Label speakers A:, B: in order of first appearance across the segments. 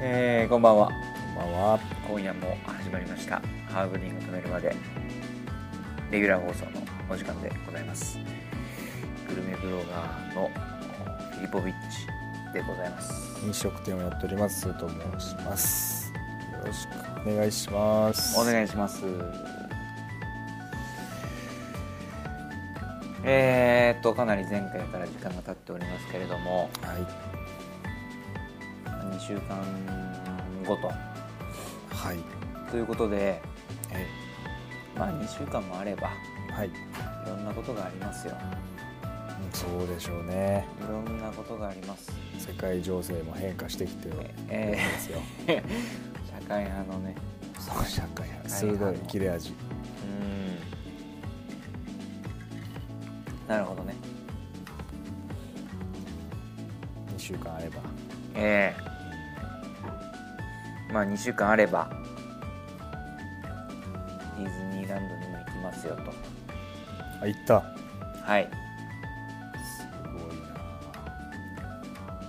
A: えー、こんばんは
B: こんばんは。
A: 今夜も始まりましたハーブリング止めるまでレギュラー放送のお時間でございますグルメブロガーのフィリポビッチでございます
B: 飲食店をやっておりますスーと申します。よろしくお願いします。
A: お
B: い。
A: 願いしますえー、っとかなり前回から時間が経っておりますけれども
B: は
A: 2週間ごと
B: い。はい。
A: ということで
B: え、
A: まあ2週間もあれば
B: はい。
A: いろんなことがありますよ
B: うんそうでしょうね。
A: いろんなことがあります
B: 世界情勢も変化してきてるん
A: え
B: ですよ。
A: ー社会派のね
B: そう社会鋭い切れ味。
A: うんなるほどね
B: 2週間あれば。
A: ええまあ2週間あればディズニーランドにも行きますよと
B: あ行った。
A: はい
B: すごいな。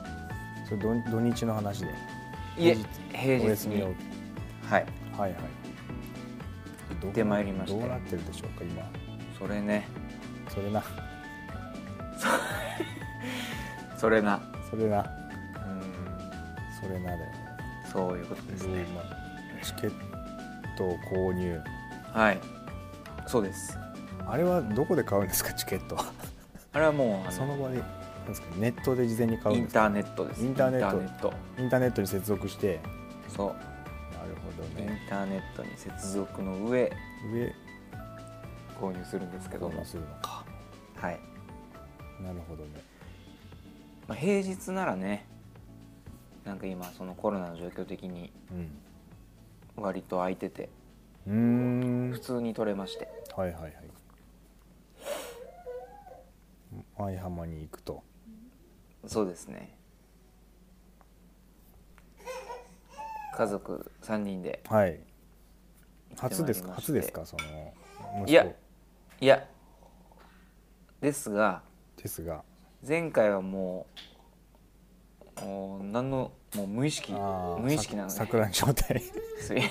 B: それ土土日の話で。
A: いえ
B: お
A: 平日
B: 休み
A: に
B: を。
A: はい
B: はいはい。どう
A: ってまいりまして
B: どうなってるでしょうか今。
A: それね
B: それな。
A: それな
B: それな。
A: うん
B: それなだよね。
A: そういうことですね
B: まあチケットを購入
A: はいそうです
B: あれはどこで買うんですかチケットは
A: あれはもうあ
B: そ
A: の
B: の場でなんですかネットで事前に買う
A: イン
B: んですか
A: ターネットです
B: インターネット
A: インターネッ
B: インターネットに接続して
A: トそう
B: なるほど
A: イン
B: ね
A: ターネットに接続の上
B: 上
A: 購入するんですけど
B: 購
A: も
B: 入、するのか
A: はい
B: なるほどね
A: まあ、平日ならねなんか今そのコロナの状況的に割と空いてて
B: うんうーん
A: 普通に取れまして
B: はいはいはい舞浜に行くと
A: そうですね家族3人で
B: はい
A: 行って
B: 初
A: まいりまして
B: ですか初ですかその息子
A: いやいやですが
B: ですが
A: 前回はもうお何のもう無意識
B: あー
A: 無意識なの
B: さ
A: で
B: 錯乱状態
A: すい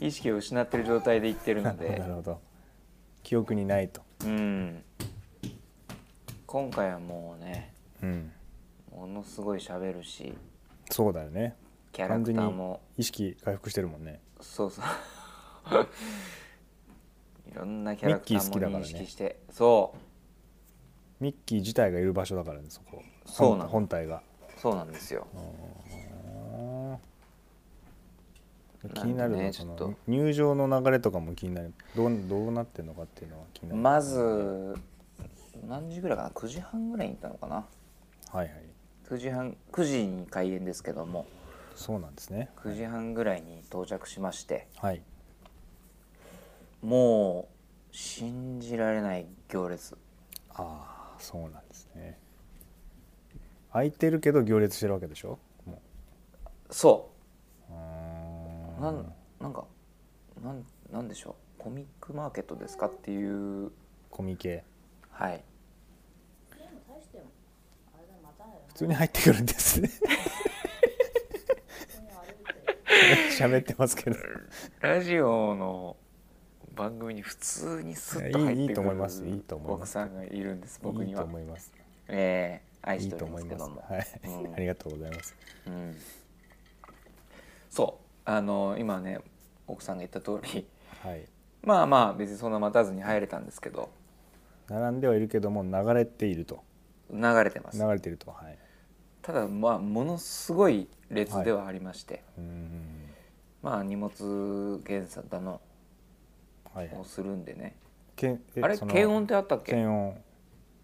A: 意識を失ってる状態で行ってるので
B: なるほど記憶にないと
A: うん今回はもうね
B: うん
A: ものすごい喋るし
B: そうだよね
A: キャラクターも
B: 意識回復してるもんね
A: そう そういろんなキャ
B: ミ
A: ラ
B: ッ
A: ク
B: キ
A: タ
B: ー
A: ー
B: 好きだか
A: も
B: らね
A: 認識して、そう
B: ミッキー自体がいる場所だからねそこ
A: そうなの
B: 本体が
A: そうなんですよ
B: うん
A: んでね
B: 気になるのは
A: ち
B: そ
A: ょっ
B: の
A: と
B: 入場の流れとかも気になるどうどうなってるのかっていうのは気になる
A: まず何時ぐらいかな9時半ぐらいに行ったのかな
B: はいはい
A: 9時半9時に開演ですけども
B: そうなんですね
A: 9時半ぐらいに到着しまして
B: はい
A: もう信じられない行列
B: ああそうなんですね空いてるけど行列してるわけでしょも
A: そう
B: ううーん
A: なんなんかなんなんでしょうコミックマーケットですかっていう
B: コミケ
A: はい
B: 普通に入ってくるんです ね喋ってますけど
A: ラジオの番組に普通にスッと
B: いや
A: 入
B: いい
A: って
B: いいと
A: く
B: 思
A: る
B: いますいいと思い
A: 奥
B: ます
A: さんがいるんです僕にはい
B: いと思います
A: ええ愛
B: い
A: し
B: い
A: てお
B: と
A: りま
B: 思い
A: すけ
B: ます
A: ども
B: はい、
A: うん
B: ありがとうございます
A: うんそうあの今ね奥さんが言った通り
B: はい
A: まあまあ別にそんな待たずに入れたんですけど
B: 並んではいるけども流れていると
A: 流れてま
B: 流
A: す
B: れているとはい
A: ただまあものすごい列ではありまして、
B: うーん
A: まあ荷物検査だの
B: はいはい
A: をするんでね
B: けんえ
A: あれ
B: その
A: 検温ってあったっけ
B: 検温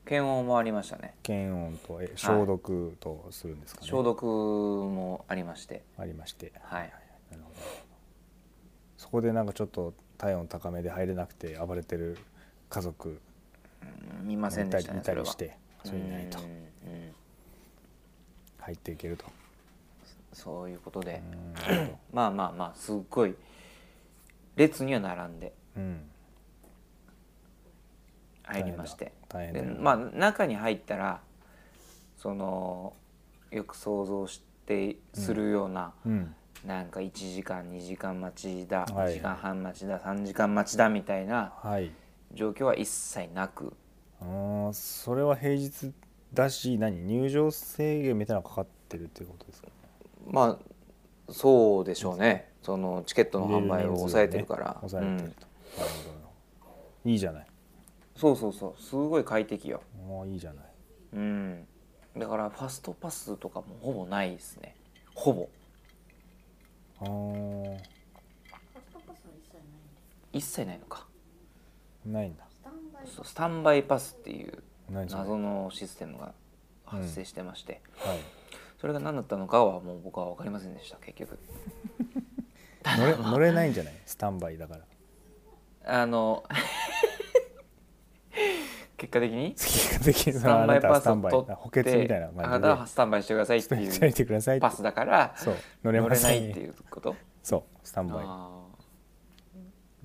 A: 検温もありましたね
B: 検温とえ消毒とするんですかね、
A: 消毒もありまして
B: ありまして
A: はい
B: なるほどそこでなんかちょっと体温高めで入れなくて暴れてる家族
A: うん見ません
B: 見
A: で
B: た
A: し
B: り
A: たね
B: 見たりして
A: そ
B: そ
A: れ
B: れ
A: は
B: にないと
A: うんうん
B: 入っていけると
A: そういうことで
B: うんなるほど
A: まあまあまあすっごい列には並んで
B: うん
A: 入りまして
B: 大変だ
A: で
B: 大変だよ
A: まあ中に入ったらそのよく想像し定するような、
B: うん
A: なんか1時間2時間待ちだ、
B: は
A: 1
B: い
A: 時間半待ちだ3時間待ちだみたいな
B: はい
A: 状況は一切なく
B: あーそれは平日だし何入場制限みたいなのかかってるっていうことですか
A: まあそうでしょうねそのチケットの販
B: 入れ
A: 売
B: る
A: を
B: 人数
A: 抑えてるから、
B: ね、抑えてると、なるほどいいじゃな
A: う
B: い
A: んそうそうそうすごい快適よ、
B: もういいじゃない
A: うん、だからファストパスとかもほぼないですねほぼ
B: あー
C: コストパスは一切ないんで
A: 一
C: す
A: 切ないのか
B: ないんだ
C: スタンバイ
A: そうスタンバイパスっていう
B: 何それ
A: 謎のシステムが発生してまして、
B: はい
A: それが何だったのかはもう僕は分かりませんでした結局
B: 乗れ乗れないんじゃないスタンバイだから
A: あの 結果的に
B: 結果的に
A: ス
B: そ
A: タ
B: のあ
A: ンバ
B: な
A: イ
B: たは
A: パ
B: ス
A: ス
B: タ
A: を
B: ンバイ
A: 取って
B: 補欠みたいな
A: あ
B: 感
A: な
B: じ
A: た
B: で
A: はスタンバイしてくださいっ
B: ち
A: て
B: ょっと一緒に
A: い
B: いうてくださいって
A: パスだから
B: そう 乗れ
A: 乗
B: ま
A: れな
B: せ
A: い
B: ん
A: っていうこと
B: そうスタンバイ
A: あ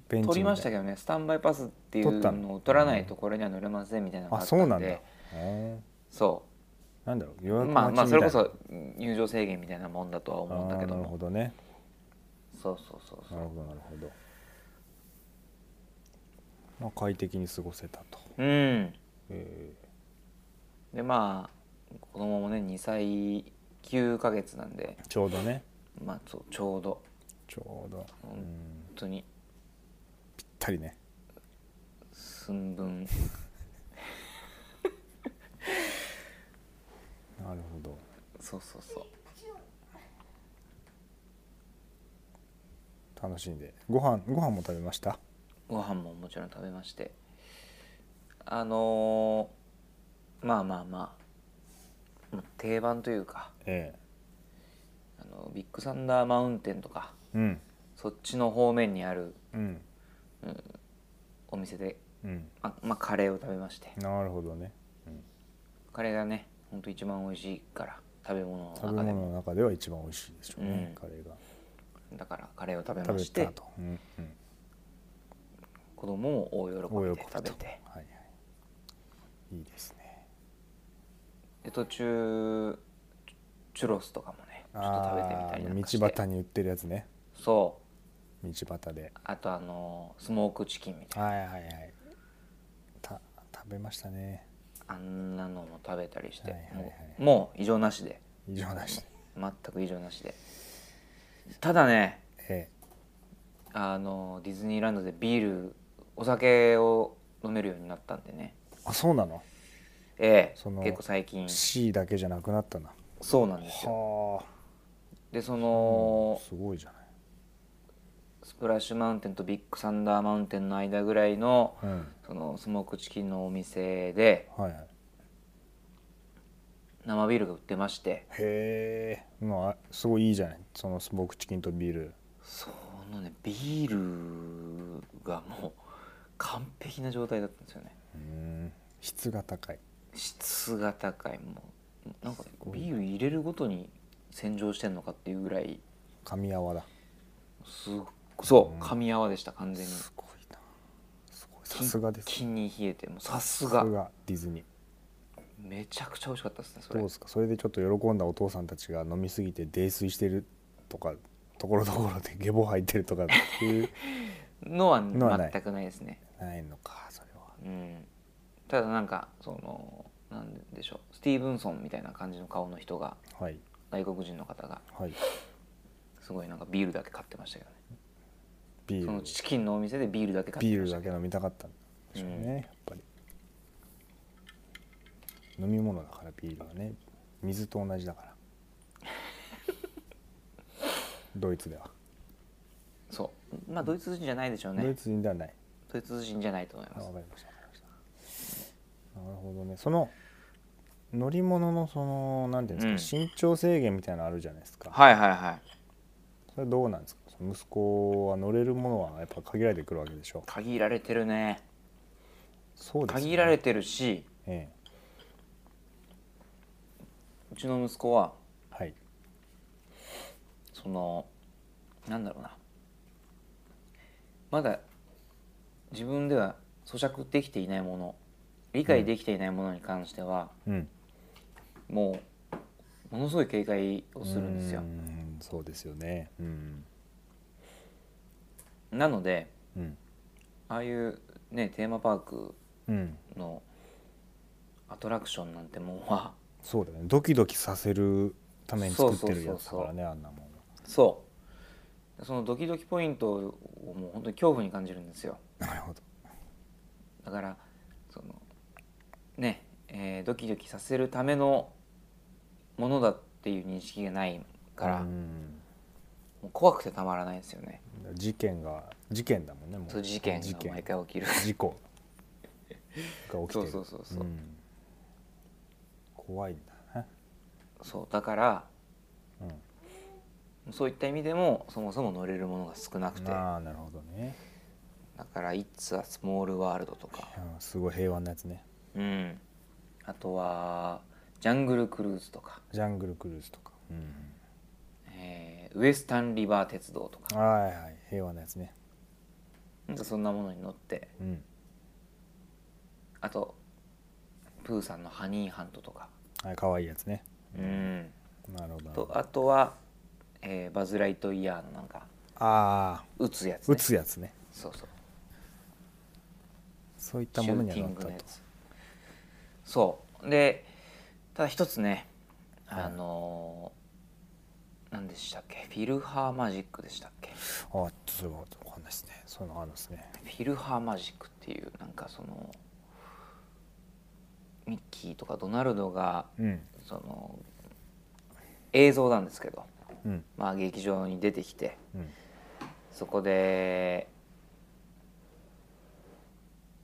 B: ベン
A: ー
B: チ
A: 取りました
B: け
A: けどねスタンバイパスってい
B: 取った
A: う
B: の
A: のを取らないとこれには乗れませんみたいなのがあ
B: あ
A: った
B: そうなんんだ
A: で
B: へ
A: そ
B: ーなんだろう予
A: う
B: 約
A: まあまあそ
B: 待ちみ
A: れ
B: たいな
A: こそ入場制限みたいなもんだとは思うんだけど
B: あーな
A: も
B: るほどね
A: そうそうそうそ
B: なる
A: う
B: ほどなるほど、まあ、快適に過ごせたと、
A: うん
B: え
A: でまあ子供もね2歳9ヶ月なんで
B: ーちょうどね
A: まあそうちょうど
B: ちょうど、
A: うん本
B: うん、
A: 当に
B: ぴったりね
A: 寸分
B: なるほど
A: そうそうそう
B: 楽しんでご飯ご飯も食べました
A: ご飯ももちろん食べましてあのーまあまあまあもう定番というか
B: え
A: あのビッグサンダーマウンテンとか
B: えうん
A: そっちの方面にある
B: うん
A: お店で、
B: うん
A: あまあ、カレーを食べまして
B: なるほどね、うん、
A: カレーがねほんと一番美味しいから食べ物の
B: 食べ
A: 中で
B: 物
A: も
B: の中では一番美味しいでしょうね、
A: うん
B: カレーが
A: だからカレーを食べま
B: 食べ
A: して
B: たと、うんうん、
A: 子供も
B: お
A: 大喜
B: 喜
A: びで
B: びと
A: 食べて
B: はいはいいいですね
A: で途中チュロスとかもねちょっと食べてみたりなんかして
B: あー道端に売ってるやつね
A: そう
B: 道端で
A: あとあのスモークチキンみたいな
B: はいはいはいた食べましたね
A: あんなのも食べたりして、
B: はいはいはい
A: もうもう異常なしで
B: 異常なし
A: 全く異常なしでただね
B: え
A: あのディズニーランドでビールお酒を飲めるようになったんでね
B: えあそうなの
A: ええ
B: その
A: 結構最近
B: C だけじゃなくなったな
A: そうなんですよ
B: は
A: でそ
B: あうん
A: の
B: すごいじゃない
A: スプラッシュマウンテンとビッグサンダーマウンテンの間ぐらいの
B: うん
A: そのスモークチキンのお店で
B: はいはい
A: 生ビールが売ってまして
B: へえまあすごいいいじゃないそのスモークチキンとビール
A: そのねビールがもう完璧な状態だったんですよね
B: うん質が高い
A: 質が高いもうなんか
B: ごい
A: ビール入れるごとに洗浄してんのかっていうぐらい
B: 神泡だ
A: すっそううん噛み合わでした完全に
B: すごいなすごいさすがです
A: キンキンに冷えてもうさす
B: さ
A: が
B: すがディズニー
A: めちゃくちゃ美味しかったですねそ
B: どう
A: れ
B: ですかそれでちょっと喜んだお父さんたちが飲みすぎて泥酔してるとかところどころで下坊入ってるとかっていう
A: のは
B: のはない
A: 全くないですね
B: ないのかそれは
A: うんただなんかそのなんでしょうスティーブンソンみたいな感じの顔の人が
B: はい
A: 外国人の方が
B: はい
A: すごいなんかビールだけ買ってましたけどね
B: ビ
A: そ
B: ー
A: の
B: ル
A: チキンのお店でビールだけ買っ
B: ビ
A: て
B: ー
A: ま
B: ル
A: した
B: だ
A: け
B: け
A: ど
B: 飲みたかったんでしょうね、
A: うん
B: やっぱり飲み物だからビールはね水と同じだから ドイツでは、
A: そうまあドイツ人じゃないでしょうね
B: ドイツ人ではない
A: ドイツ人じゃないと思い
B: あ
A: ます
B: わかりましたわかりましたなるほどねその乗り物のそのなんていうんですか、身長制限みたいなのあるじゃないですか、
A: はいはいはい
B: それどうなんですかその息子は乗れるものはやっぱ限られてくるわけでしょ
A: 限られてるね
B: そうですよね
A: 限られてるし
B: ええ
A: うちの息子は
B: はい
A: そのなんだろうなまだ自分では咀嚼できていないもの理解できていないものに関しては、
B: うん
A: もうものすごい警戒をするんですよ
B: う。んそうですよねうん
A: なので
B: うん
A: ああいうねテーマパーク
B: うん
A: のアトラクションなんてもんは
B: そうだよねドキドキさせるために作ってる
A: そ
B: や
A: うそうそ
B: つだ
A: うそう
B: からねあんなもんは
A: そうそのドキドキポイントをもう本当に恐怖に感じるんですよ
B: なるほど
A: だからそのね、えードキドキさせるためのものだっていう認識がないから、
B: う
A: も
B: ん
A: う怖くてたまらないですよね
B: 事件が事件だもんねも
A: そう事件が毎回起きる
B: 事故が 起き
A: そ
B: てる
A: うそうそうそう
B: うん怖いんだね、
A: そうだから
B: うん
A: そういった意味でもそもそも乗れるものが少なくてだ
B: ああなるほどね
A: から「It's a Small World」とか、
B: うんすごい平和なやつね
A: うん、あとは「ジャングルクルーズ」とか、
B: ジャングルクルーズとか、うん
A: えーウエスタンリバー鉄道」とか
B: はいはい平和なやつね
A: なんかそんなものに乗って
B: うん
A: あとプーさんの「ハニーハント」とか、
B: はい可愛いやつね
A: うん、
B: なるほどなるほ
A: と
B: ど
A: あとは、えーバズ・ライトイヤーのなんか
B: ああ
A: 撃つやつ、ね、
B: 打つやつね
A: そうそう
B: そういっ
A: シ
B: たも
A: ュ
B: のに
A: ー
B: は
A: ティ
B: なっ
A: ング
B: た
A: の
B: と
A: やつそうでただ一つねあのー何でしたっけフィルハーマジックでしたっけ
B: ああそれはわかんないですねそういうのあるんですね
A: フィルハーマジックっていうなんかそのミッキーとかドナルドが
B: うん
A: その映像なんですけど、
B: うん
A: まあ、劇場に出てきて
B: うん
A: そこで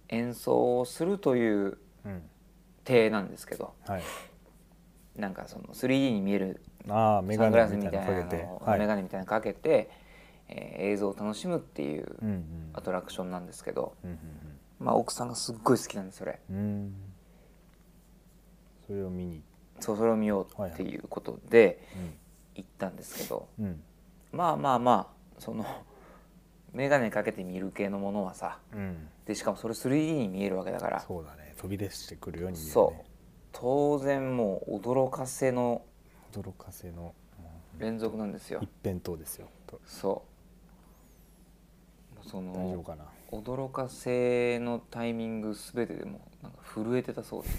A: 演奏をするという
B: うん
A: 体なんですけど
B: はい
A: なんかその 3D に見える
B: ああメ
A: サ
B: ガ
A: ングラ
B: ネ
A: ス
B: み
A: みた
B: たい
A: いなの
B: なのかけて
A: を
B: はい
A: メガネみたいなのかけて、えー映像を楽しむっていう
B: うんうん
A: アトラクションなんですけど、
B: うん
A: まあ、奥さんがすっごい好きなんですそれ
B: うんうんうんそれを見に
A: そうそれを見ようっていうことで行ったんですけど、
B: うんうん
A: まあまあまあその眼鏡かけて見る系のものはさ
B: うん
A: でしかもそれ 3D に見えるわけだから
B: そうだね飛び出してくるように見えるね
A: そう当然もう驚かせの
B: 驚かせのうん
A: 連続なんですよ
B: 一辺倒ですよと
A: そうそ
B: 大丈夫
A: の
B: かな
A: 驚かせのタイミングすべてでもうなんか震えてたそう です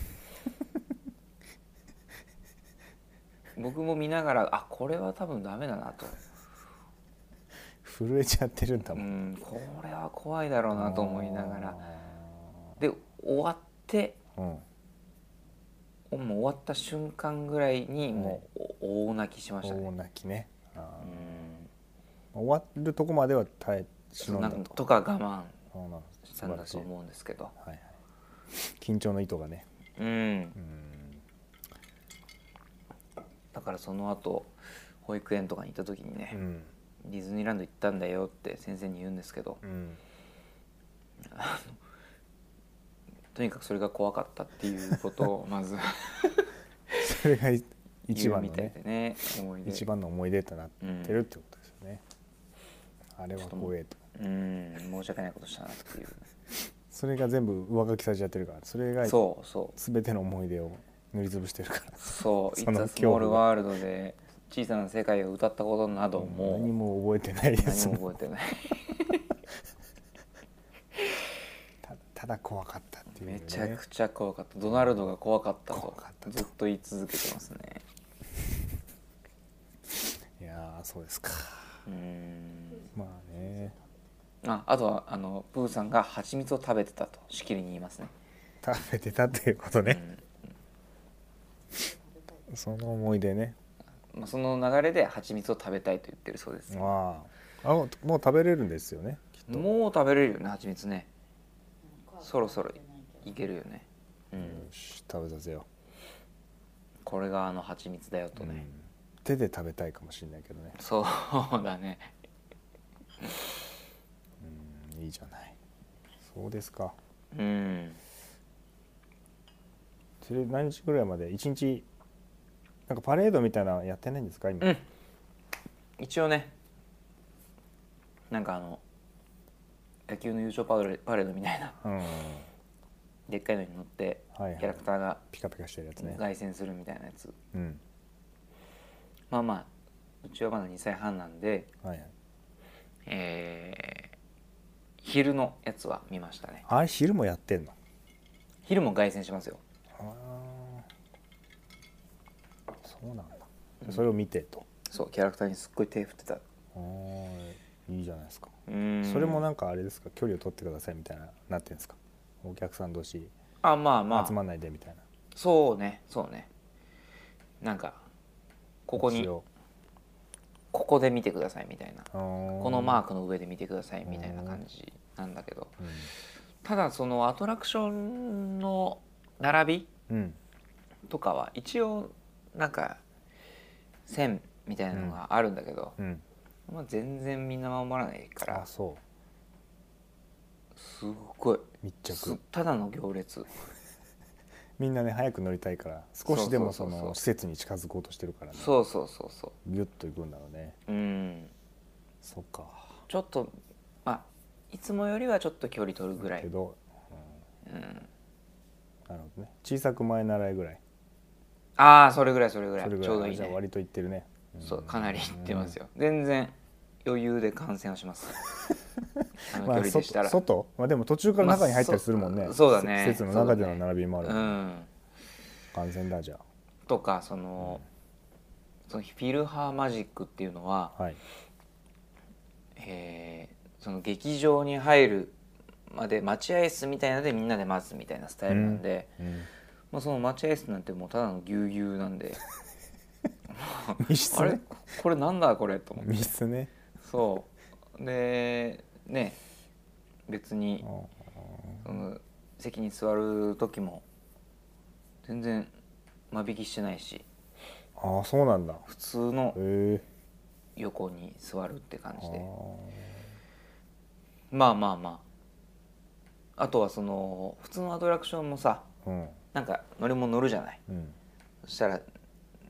A: 僕も見ながらあこれは多分ダメだなと
B: 震えちゃってるんだ
A: う
B: もん
A: んこれは怖いだろうなと思いながらで終わって
B: うん
A: もう終わった瞬間ぐらいにもうお大泣きしましたね
B: 大泣きねあ
A: う
B: ー
A: ん
B: 終わるとこまでは耐え
A: そ
B: 忍
A: うんな
B: だ
A: ん
B: と
A: かとか我慢
B: そうなんです
A: し
B: 素
A: たん
B: 晴
A: だ
B: らしい
A: と思うんですけど
B: はいはい緊張の糸がね
A: うん
B: うん
A: だからその後保育園とかに行った時に
B: う
A: ね、
B: ん
A: ディズニーランド行ったんだよって先生に言うんですけど
B: うん
A: とにかくそれが怖かったっていうことを まず
B: それがい一
A: 言う
B: 番
A: み
B: の
A: たい
B: ね
A: でね思い出
B: 一番の思い出となってるってことですよね、あれは怖えと
A: うん申し訳ないことしたなっていう
B: それが全部上書きされちゃってるからそれが
A: そうそう
B: 全ての思い出を塗りつぶしてるから
A: そう「
B: そ
A: It's
B: の
A: a
B: 恐怖
A: Small World」で小さな世界を歌ったことなども
B: 何も覚えてないやつ
A: 何も覚えてない
B: たただ怖かったっていう、ね、
A: めちゃくちゃ怖かったドナルドが怖かった
B: 怖
A: と
B: かったと
A: ずっと言い続けてますね
B: いやーそうですか
A: うーん
B: まあね
A: ああとはあのプーさんが蜂蜜を食べてたとしきりに言いますね
B: 食べてたっていうことね、その思い出ね
A: うんまあ、その流れで蜂蜜を食べたいと言ってるそうです
B: まああもうもう食べれるんですよねきっと、
A: もう食べれるよね蜂蜜ね
C: うん
A: そろそろ
C: 怖くなってないけ
A: い
C: ど
A: けるよね、う、
B: うんよし食べさせよ
A: これがあの蜂蜜だよ
B: う、
A: とね、
B: うん手で食べたいかもしれないけどね
A: そうだね
B: うんいいじゃないそうですか
A: うん
B: それ何日ぐらいまで一日なんかパレードみたいなのやってないんですか今、
A: うん一応ねなんかあの野球の優勝パレパレードみたいな
B: うん
A: でっかいのに乗って
B: はいはい
A: キャラクターが
B: ピカピカしてるやつね
A: 凱旋するみたいなやつ
B: うん
A: まあまあうちはまだ2歳半なんで、
B: はいはい
A: えー昼のやつは見ましたね
B: あれ昼もやってんの
A: 昼も凱旋しますよ
B: あーそうなんだ
A: うん
B: それを見てと、
A: そうキャラクターにすっごい手振ってた
B: おーいいじゃないですか、
A: そ
B: それもなんかあれですか距離を取ってくださいみたいななってんですかお客さん同士
A: あまあまあ
B: 集まんないでみたいな
A: そうねそうねなんかここに
B: 一
A: こ
B: 応
A: こで見てくださいみたいな
B: あー
A: このマークの上で見てくださいみたいな感じなんだけどただそのアトラクションの並び
B: うん、うん
A: とかは一応なんか線みたいなのがあるんだけど、
B: うん、
A: まあ、全然みんな守らないか
B: あ
A: ら
B: そ
A: すっごいう
B: 密
A: す
B: 着
A: ただの行列
B: みんなね早く乗りたいから少しでも
A: そ
B: そ
A: そう
B: う
A: そうそう
B: の施設に近づこうとしてるからね
A: そうそうそうそ
B: ギュッと行くんだろうね
A: ううん
B: そっか
A: ちょっとまあいつもよりはちょっと距離取るぐらい、
B: けど
A: うん、
B: なるほどね小さく前習いぐらい
A: ああそれぐらいそれぐらい
B: それぐ
A: ちょう
B: ら
A: ど
B: い
A: いい
B: じゃあ
A: ね
B: 割と行ってるねん
A: そうかなりいってますよ全然余裕で感染をします あの距
B: まあ、
A: 離でした
B: 外
A: ら、
B: 外、まあ、でも途中から中に入ったりするもんね、
A: まあそそうだね
B: せ施設の中での並びもある、
A: うん
B: 感染だじゃ
A: とかその,、そのフィルハーマジックっていうのは、
B: あはい
A: えーその劇場に入るまで待合室みたいのでみんなで待つみたいなスタイルなんで、
B: うん
A: まあ、その待合室なんてもうただのぎゅうぎゅうなんで
B: 密室
A: あれ
B: ね
A: これなんだこれと思って
B: 密室ね
A: そうでね別に
B: あ
A: その席に座る時も全然間引きしてないし
B: あそうなんだへ
A: 普通の
B: え
A: 横に座るって感
B: あ
A: じ
B: ー
A: でまあまあまああとはその普通のアトラクションもさ
B: うん
A: なんか乗り物乗るじゃない
B: うん
A: そしたら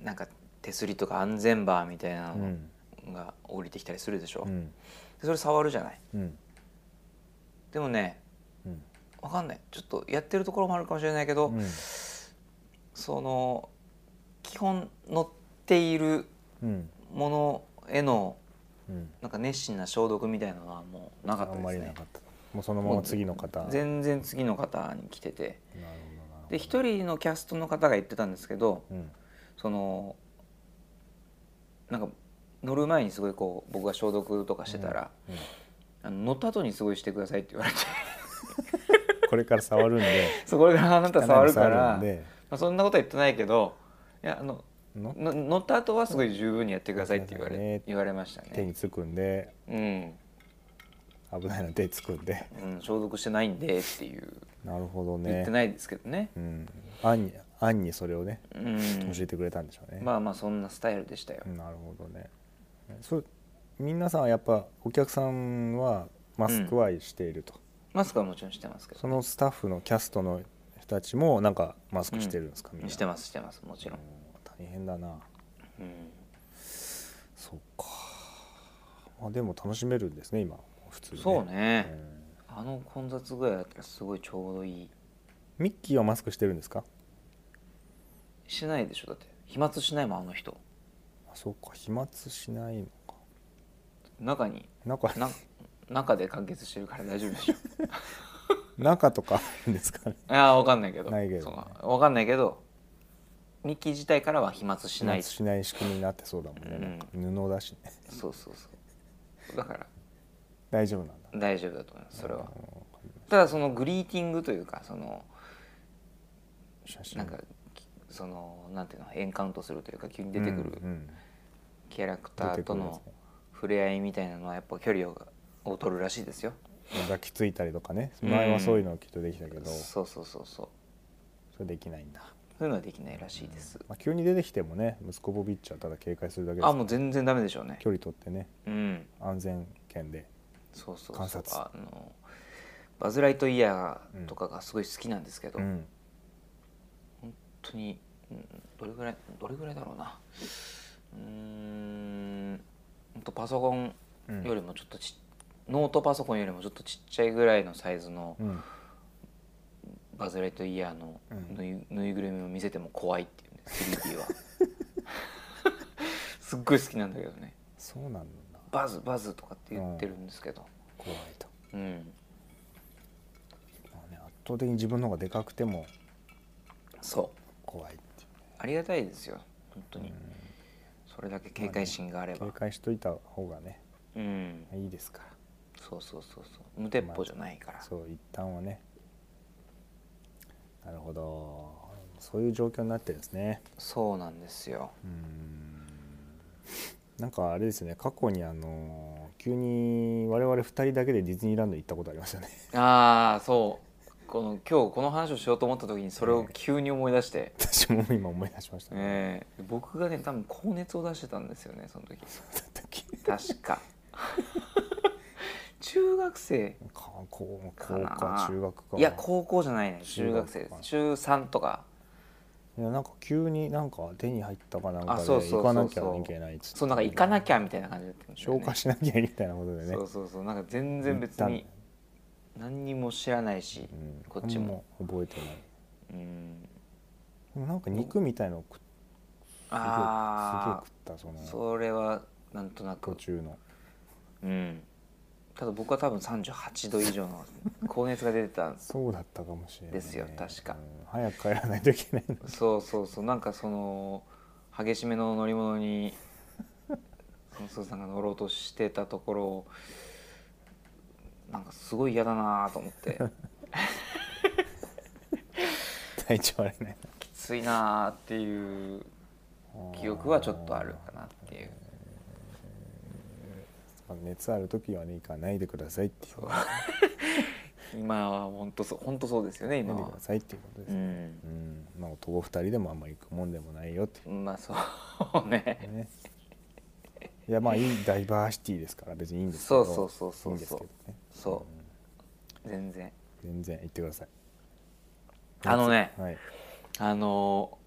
A: なんか手すりとか安全バーみたいな
B: う
A: の
B: ん
A: が降りてきたりするでしょ、
B: う
A: で
B: ん
A: それ触るじゃない
B: うん
A: でもね
B: うん
A: わかんないちょっとやってるところもあるかもしれないけど、
B: うん
A: その基本乗っている
B: うん
A: ものへの
B: うん
A: なんか熱心な消毒みたいなのはもうなか
B: あ
A: った
B: ん
A: で
B: ますりな
A: ね
B: かったもうそのまま次の方なる
A: 全然次の方に来てて
B: ほどなるほど
A: で一人のキャストの方が言ってたんですけど
B: うん
A: そのなんか乗る前にすごいこう僕が消毒とかしてたら、
B: うん
A: あの乗った後にすごいしてくださいって言われて
B: これから触るんで
A: そうこれからあなた触るか
B: ん
A: ら、 ま
B: で
A: あ、そんなことは言ってないけどいやあの
B: の
A: の乗った後はすごい十分にやってくださいって言われ,、
B: うんね
A: 言われました
B: 手
A: ね。
B: につくんで
A: うん
B: 危ないの手につくんで
A: うん、消毒してないんでっていう
B: なるほどね
A: 言ってないですけどね
B: うん、アンにアンにそれをね
A: うん
B: 教えてくれたんでしょうね、
A: まあまあそんなスタイルでしたよ、
B: なるほどねそう皆さんはやっぱお客さんはマスクはしていると、
A: マスクはもちろんしてますけど
B: そのスタッフのキャストの人たちもなんかマスクしてるんですか、みんな
A: してますしてますもちろん、
B: 大変だな
A: うん、
B: そうかあでも楽しめるんですね今普通に、
A: そうね
B: うん
A: あの混雑具合だったらすごいちょうどいい
B: ミッキーはマスクしてるんですか
A: しないでしょだって飛沫しないもんあの人
B: あそうか飛沫しないのか
A: 中に
B: なんか
A: な中で完結してるから大丈夫で しょ
B: 中とかあるんですかね
A: いやわかんないけど
B: ないけどね
A: そのわかんないけどミッキー自体からは飛沫 し
B: 飛
A: な
B: 沫
A: い
B: しない仕組みになってそうだもんね、なんか布だしね
A: そうそうそうだから
B: 大丈夫なんだ
A: 大丈夫だと思いますそれは
B: あの
A: ただそのグリーティングというかその
B: 写真
A: なんかきそのなんていうのエンカウントするというか急に出てくる
B: うんうん
A: キャラクタ
B: 出
A: ー
B: てく
A: と
B: るや
A: の触れ合いみたいなのはやっぱ距離をを取るらしいですよ
B: つね抱きついたりとかね
A: うん
B: 前はそういうのきっとできたけど、そ
A: そうそうそうそう
B: れできないんだ、
A: そういうのはできないらしいです
B: まあ、急に出てきてもね息子ボビッチはただ警戒するだけです
A: あもう全然ダメでしょうね
B: 距離取ってね
A: うん
B: 安全圏で
A: そうそう
B: 観
A: そう
B: 察
A: あのバズ・ライトイヤーとかがすごい好きなんですけど、
B: う
A: 本
B: ん
A: 当にうんどれぐらいどれぐらいだろうなうーんほんとパソコン
B: うん
A: よりもちょっとちノートパソコンよりもちょっとちっちゃいぐらいのサイズの
B: うん
A: バズ・ライトイヤーの
B: うん
A: ぬい,、ぬいぐるみを見せても怖いっていうんです 3D はすっごい好きなんだけどね
B: そうなんだ
A: バズバズとかって言ってるんですけど、
B: 怖いと、
A: うん
B: まあね、圧倒的に自分の方がでかくても
A: そう
B: 怖いっていう
A: ありがたいですよ本当に、
B: うん
A: それだけ警戒心があれば、
B: 警戒しといた方がね
A: うん
B: いいですから
A: そうそうそうそう無鉄砲じゃないから、
B: そう一旦はねなるほどそういう状況になってるんですね
A: そうなんですよ
B: うーんなんかあれですね過去にあの急に我々2人だけでディズニーランド行ったことありましたね
A: ああそうこの今日この話をしようと思った時にそれを急に思い出して、
B: 私も今思い出しましたね
A: ええ僕がね多分高熱を出してたんですよねその時
B: だったっけ
A: 確 か中学生
B: か高高
A: かな
B: か中学か
A: いや高校じゃないね中学生で
B: 中学か
A: す中3とか
B: いやなんか急になんか手に入ったかなんか
A: あ
B: で
A: そうそうそうそう
B: 行かなきゃいけないっつって
A: そうなんか行かなきゃみたいな感じだったんだよ
B: 消
A: ね
B: 化しなきゃみたいなことでね
A: そうそうそうなんか全然別
B: 行
A: に
B: っ
A: 何にも知らないし、
B: たんだよねうん
A: こっちも
B: 何覚えてない
A: うん
B: でもなんか肉みたいのを食っ
A: ああ
B: すげえ食ったその
A: それはなんとな
B: 途
A: く
B: 中の
A: うんただ僕は多分38度以上 の高熱が出てたんです
B: そうだったかもしれない
A: ですよ確か
B: うん早く帰らないといけないのに
A: そうそうそうなんかその激しめの乗り物に孫さんが乗ろうとしてたところをなんかすごい嫌だなと思って
B: 体調悪いね
A: きついなっていう 記憶はちょっとあるかなっていう
B: あー熱ある時はね行かないでくださいっていう
A: 今は本当そう本当そうですよね今
B: 飲んで
A: は
B: くださいっていうことです、
A: う
B: うん
A: ん
B: まあ、男2人でもあんまり行くもんでもないよってい
A: まあそうね
B: うねいやまあいいダイバーシティですから別にいいんですけ
A: そ
B: ど
A: うそうそうそうい
B: いいんですけどね
A: そう全然
B: 全然行ってください
A: あのね
B: はい
A: あの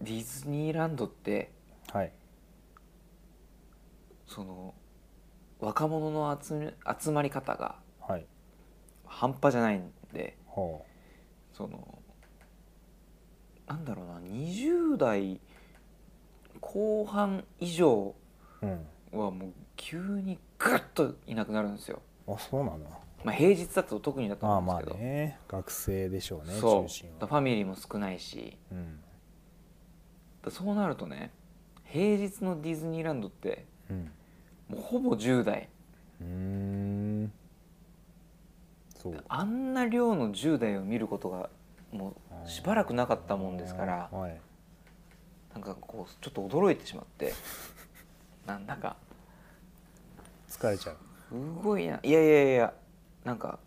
A: ディズニーランドって
B: はい
A: その若者の集め集まり方が
B: はい
A: 半端じゃないんで
B: ほ
A: そのなんだろうな20代後半以上
B: ううん
A: はもう急にグッといなくなるんですよ、
B: あそうなの
A: まあ、平日だと特にだと
B: ま
A: 思
B: あ
A: うんで
B: ますあ
A: けど、
B: ね学生でしょうね
A: そ
B: 中心
A: うだ
B: は
A: ファミリーも少ないし
B: うん
A: だそうなるとね平日のディズニーランドって
B: うん
A: もうほぼ10代
B: うーんそう
A: あんな量の10代を見ることがもうしばらくなかったもんですから
B: はい
A: なんかこうちょっと驚いてしま ってなんだか
B: 疲れちゃう
A: すごいないやいやいやなんか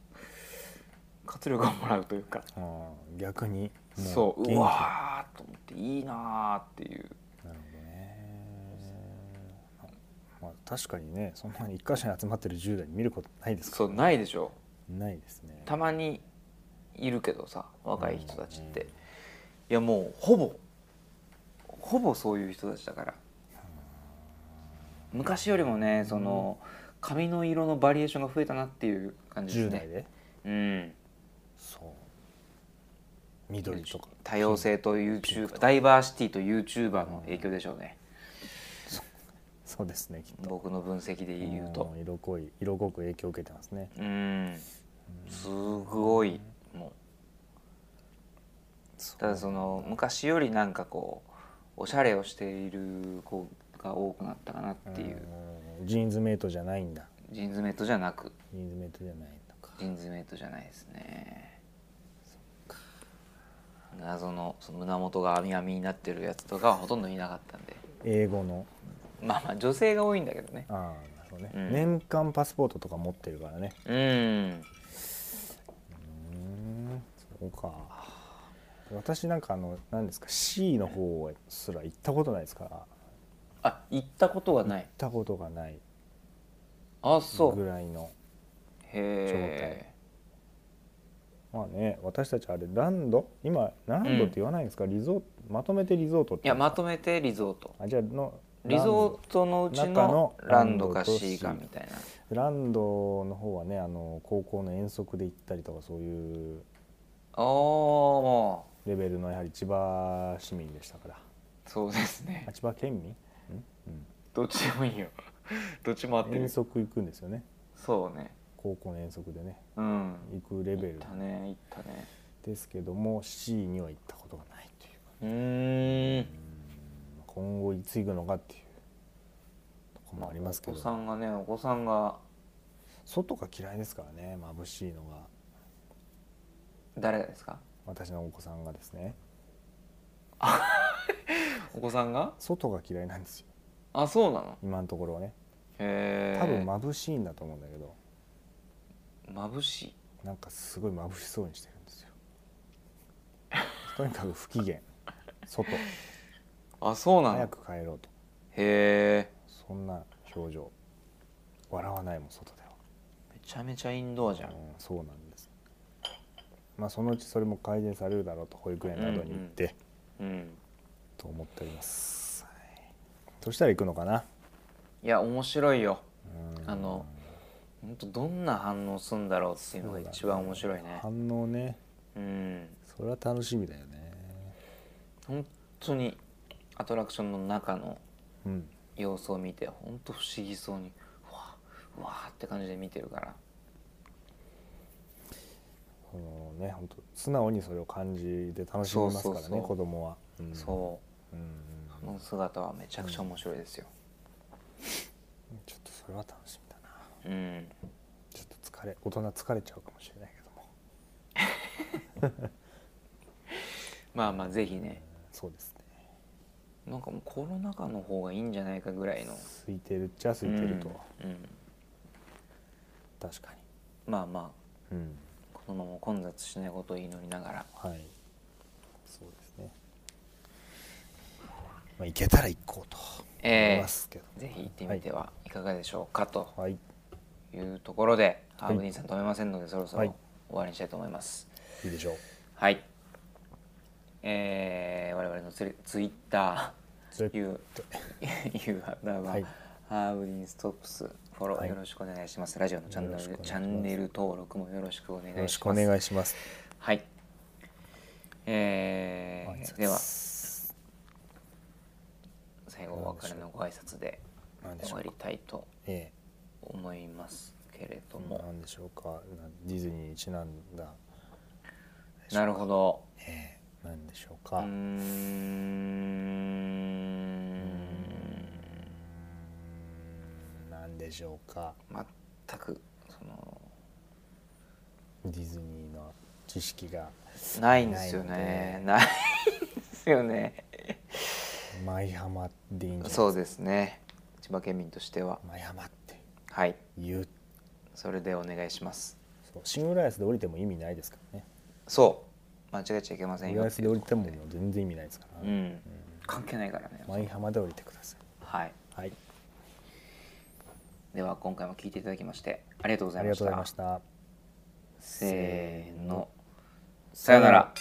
A: 活力をもらうというか
B: あー逆にも
A: そう
B: 元気
A: うわーと思っていいなーっていう
B: なるほどねまあ確かにねそんなに一箇所に集まってる10代見ることないですか
A: そうないでしょ
B: ないですね
A: たまにいるけどさ若い人たちっていやもうほぼほぼそういう人たちだから昔よりもねその髪の色のバリエーションが増えたなっていう感じです
B: 10代
A: ね
B: で
A: うん
B: そう緑とか
A: 多様性と YouTuber ダイバーシティと YouTuber の影響でしょうね
B: そうですねきっと
A: 僕の分析で言うと
B: ん色濃い色濃く影響を受けてますね
A: うんすごいもうただその昔よりなんかこうおしゃれをしている子が多くなったかなっていう
B: うんジーンズメイトじゃないんだ
A: ジーンズメイトじゃなく
B: ジーンズメイトじゃないのか
A: ジーンズメイトじゃないですね謎のその胸元が網網になってるやつとかはほとんどいなかったんで
B: 英語の
A: まあまあ女性が多いんだけどね
B: ああなるほどね、
A: うん
B: 年間パスポートとか持ってるからね
A: うん
B: うーんそうか私なんかあの何ですか C の方すら行ったことないですから行っ
A: あ行ったことがない
B: たことがない
A: あそう
B: ぐらいの
A: へ
B: まあね私たちあれランド今ランドって言わないんですか、リゾートまとめてリゾートって
A: えいやまとめてリゾート
B: あじゃあの
A: リゾートのうちの
B: 中の
A: ランド
B: ランド
A: か
B: と
A: C か
B: C
A: みたいな
B: ランドの方はねあの高校の遠足で行ったりとかそういう
A: おー
B: レベルのやはり千葉市民でしたから
A: そうですね
B: あ千葉県民
A: どっちでもいいよ どっちも合っ
B: うん
A: てる
B: 遠足行くんですよね
A: そうね
B: 高校の遠足でね
A: うん
B: 行くレベル
A: だねいったね
B: ですけども C には行ったことがないという
A: うーん
B: 今後いつ行くのかっていうとこもありますけ
A: お子さ
B: ど
A: んがねお子さんが
B: 外が嫌いですからね眩しいのが
A: 誰がです か
B: 私のお子さんがですね
A: お子さんが
B: 外が嫌いなんですよ
A: あそうなの
B: 今のところはね
A: へえ
B: 多分眩しいんだと思うんだけど
A: 眩しい
B: なんかすごい眩しそうにしてる んですよとにかく不機嫌外
A: あそうなの
B: 早
A: へ
B: く帰ろうと
A: え
B: そんな表情笑わないもん外では
A: めちゃめちゃインドアじゃん
B: うんそうなんですまあそのうちそれも改善されるだろうと保育園などに行って、
A: うん
B: と思っております、はいどうしたら行くのかない
A: や面白いよ
B: うん
A: あの本当どんな反応するんだろうっていうのが一番面白いね
B: 反応ね
A: うん
B: それは楽しみだよね
A: 本当にアトラクションの中の
B: うん
A: 様子を見て本当不思議そうにうわうわーって感じで見てるから
B: そのね本当素直にそれを感じて楽しみますか
A: そう
B: らね
A: そうそう
B: 子供は、うん
A: そう
B: うんうん
A: その姿はめちゃくちゃ面白いですよ
B: ちょっとそれは楽しみだな
A: うん
B: ちょっと疲れ大人疲れちゃうかもしれないけども
A: まあまあぜひね
B: そうですね
A: なんかもうコロナ禍の方がいいんじゃないかぐらいの
B: 空いてるっちゃ空いてると、
A: うんうん
B: 確か
A: まあま
B: にうん
A: あこのまま混雑しないことを祈りながら
B: はいそうですねまあ行けたら行こうと思い
A: え
B: ま
A: ー
B: すけど、
A: ぜひ行ってみてはいかがでしょうかと
B: はい
A: いうところで、ハ
B: はい
A: ーブ兄さん止めませんのでそろそろ
B: は
A: 終
B: い
A: わりにしたいと思います。
B: いいでしょう
A: はい。えー、我々のツイツイッタ
B: ツイ
A: ー、いう、いうアダは、
B: はい
A: ハーブディンストップス、フォロ
B: は
A: ー
B: い
A: よろしくお願いします。ラジオのチャンネ
B: よろしくお願
A: ル、
B: いします
A: チャンネル登録もよろしくお願いします。
B: よろしくお願いします。
A: はい。え
B: ご挨
A: ー、
B: 拶
A: では、最後お別れのご挨拶で
B: 何でし
A: 終
B: ょ
A: わ
B: うか
A: り。たいと
B: え
A: 思いますけれ
B: え
A: ども、
B: 何でしょうか。なディズニーにちなんだ。
A: なるほど。
B: ええ何でしょう
A: う
B: か。
A: ーん
B: 何でしょうか。
A: 全くその
B: ディズニーの知識が
A: ないんですよねないですよね
B: 舞浜でいいんじゃないです
A: そ
B: か
A: うですね千葉県民としては
B: 舞浜って
A: はい
B: 言う。
A: それでお願いします
B: そう新浦安で降りても意味ないですからね。
A: そう間違えちゃいけませんよ
B: 浦安で降りても
A: っていう
B: もう全然意味ないですから、
A: ところでうん関係ないからね
B: 舞浜で降りてください。
A: はい
B: はい。
A: では今回も聞いていただきましてありがとうござ
B: あ
A: い
B: り
A: ま
B: が
A: し
B: とうござ
A: た
B: いました。
A: せーの
B: さ
A: さ
B: よ
A: よ
B: な
A: な
B: ら
A: ら